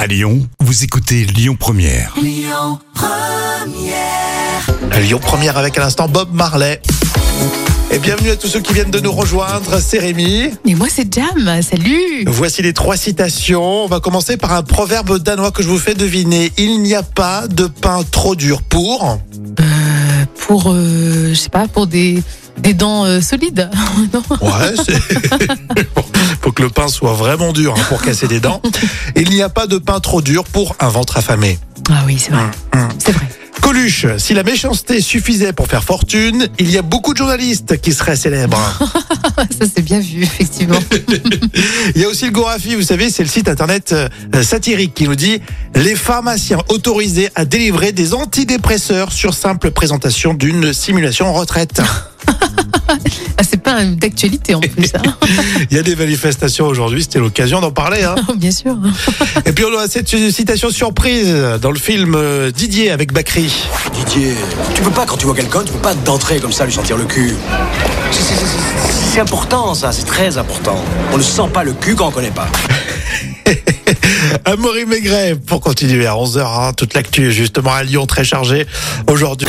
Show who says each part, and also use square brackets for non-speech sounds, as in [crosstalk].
Speaker 1: À Lyon, vous écoutez Lyon Première.
Speaker 2: Lyon Première avec à l'instant Bob Marley. Et bienvenue à tous ceux qui viennent de nous rejoindre, c'est Rémi.
Speaker 3: Mais moi, c'est Jam. Salut.
Speaker 2: Voici les trois citations. On va commencer par un proverbe danois que je vous fais deviner. Il n'y a pas de pain trop dur pour...
Speaker 3: Euh, pour, euh, je sais pas, pour des, des dents euh, solides. [laughs] non.
Speaker 2: Ouais, c'est... [laughs] Bon, faut que le pain soit vraiment dur hein, pour casser des dents. Il n'y a pas de pain trop dur pour un ventre affamé.
Speaker 3: Ah oui, c'est vrai.
Speaker 2: Hum.
Speaker 3: C'est vrai.
Speaker 2: Coluche, si la méchanceté suffisait pour faire fortune, il y a beaucoup de journalistes qui seraient célèbres.
Speaker 3: Ça, c'est bien vu, [laughs] effectivement.
Speaker 2: Il y a aussi le Gorafi, vous savez, c'est le site internet euh, satirique qui nous dit les pharmaciens autorisés à délivrer des antidépresseurs sur simple présentation d'une simulation retraite.
Speaker 3: Ah, c'est pas un- d'actualité en plus. hein.
Speaker 2: [laughs]
Speaker 3: [laughs]
Speaker 2: Il y a des manifestations aujourd'hui, c'était l'occasion d'en parler. Hein.
Speaker 3: bien sûr.
Speaker 2: Et puis on a cette citation surprise dans le film euh, Didier avec Bakri.
Speaker 4: Didier, tu peux pas, quand tu vois quelqu'un, tu peux pas d'entrer comme ça lui sentir le cul. C'est- c'est- c'est- c'est- C'est important ça, c'est très important. On ne sent pas le cul quand on connaît pas.
Speaker 2: Amaury Maigret pour continuer à 11h, hein, toute l'actu justement à Lyon très chargée aujourd'hui.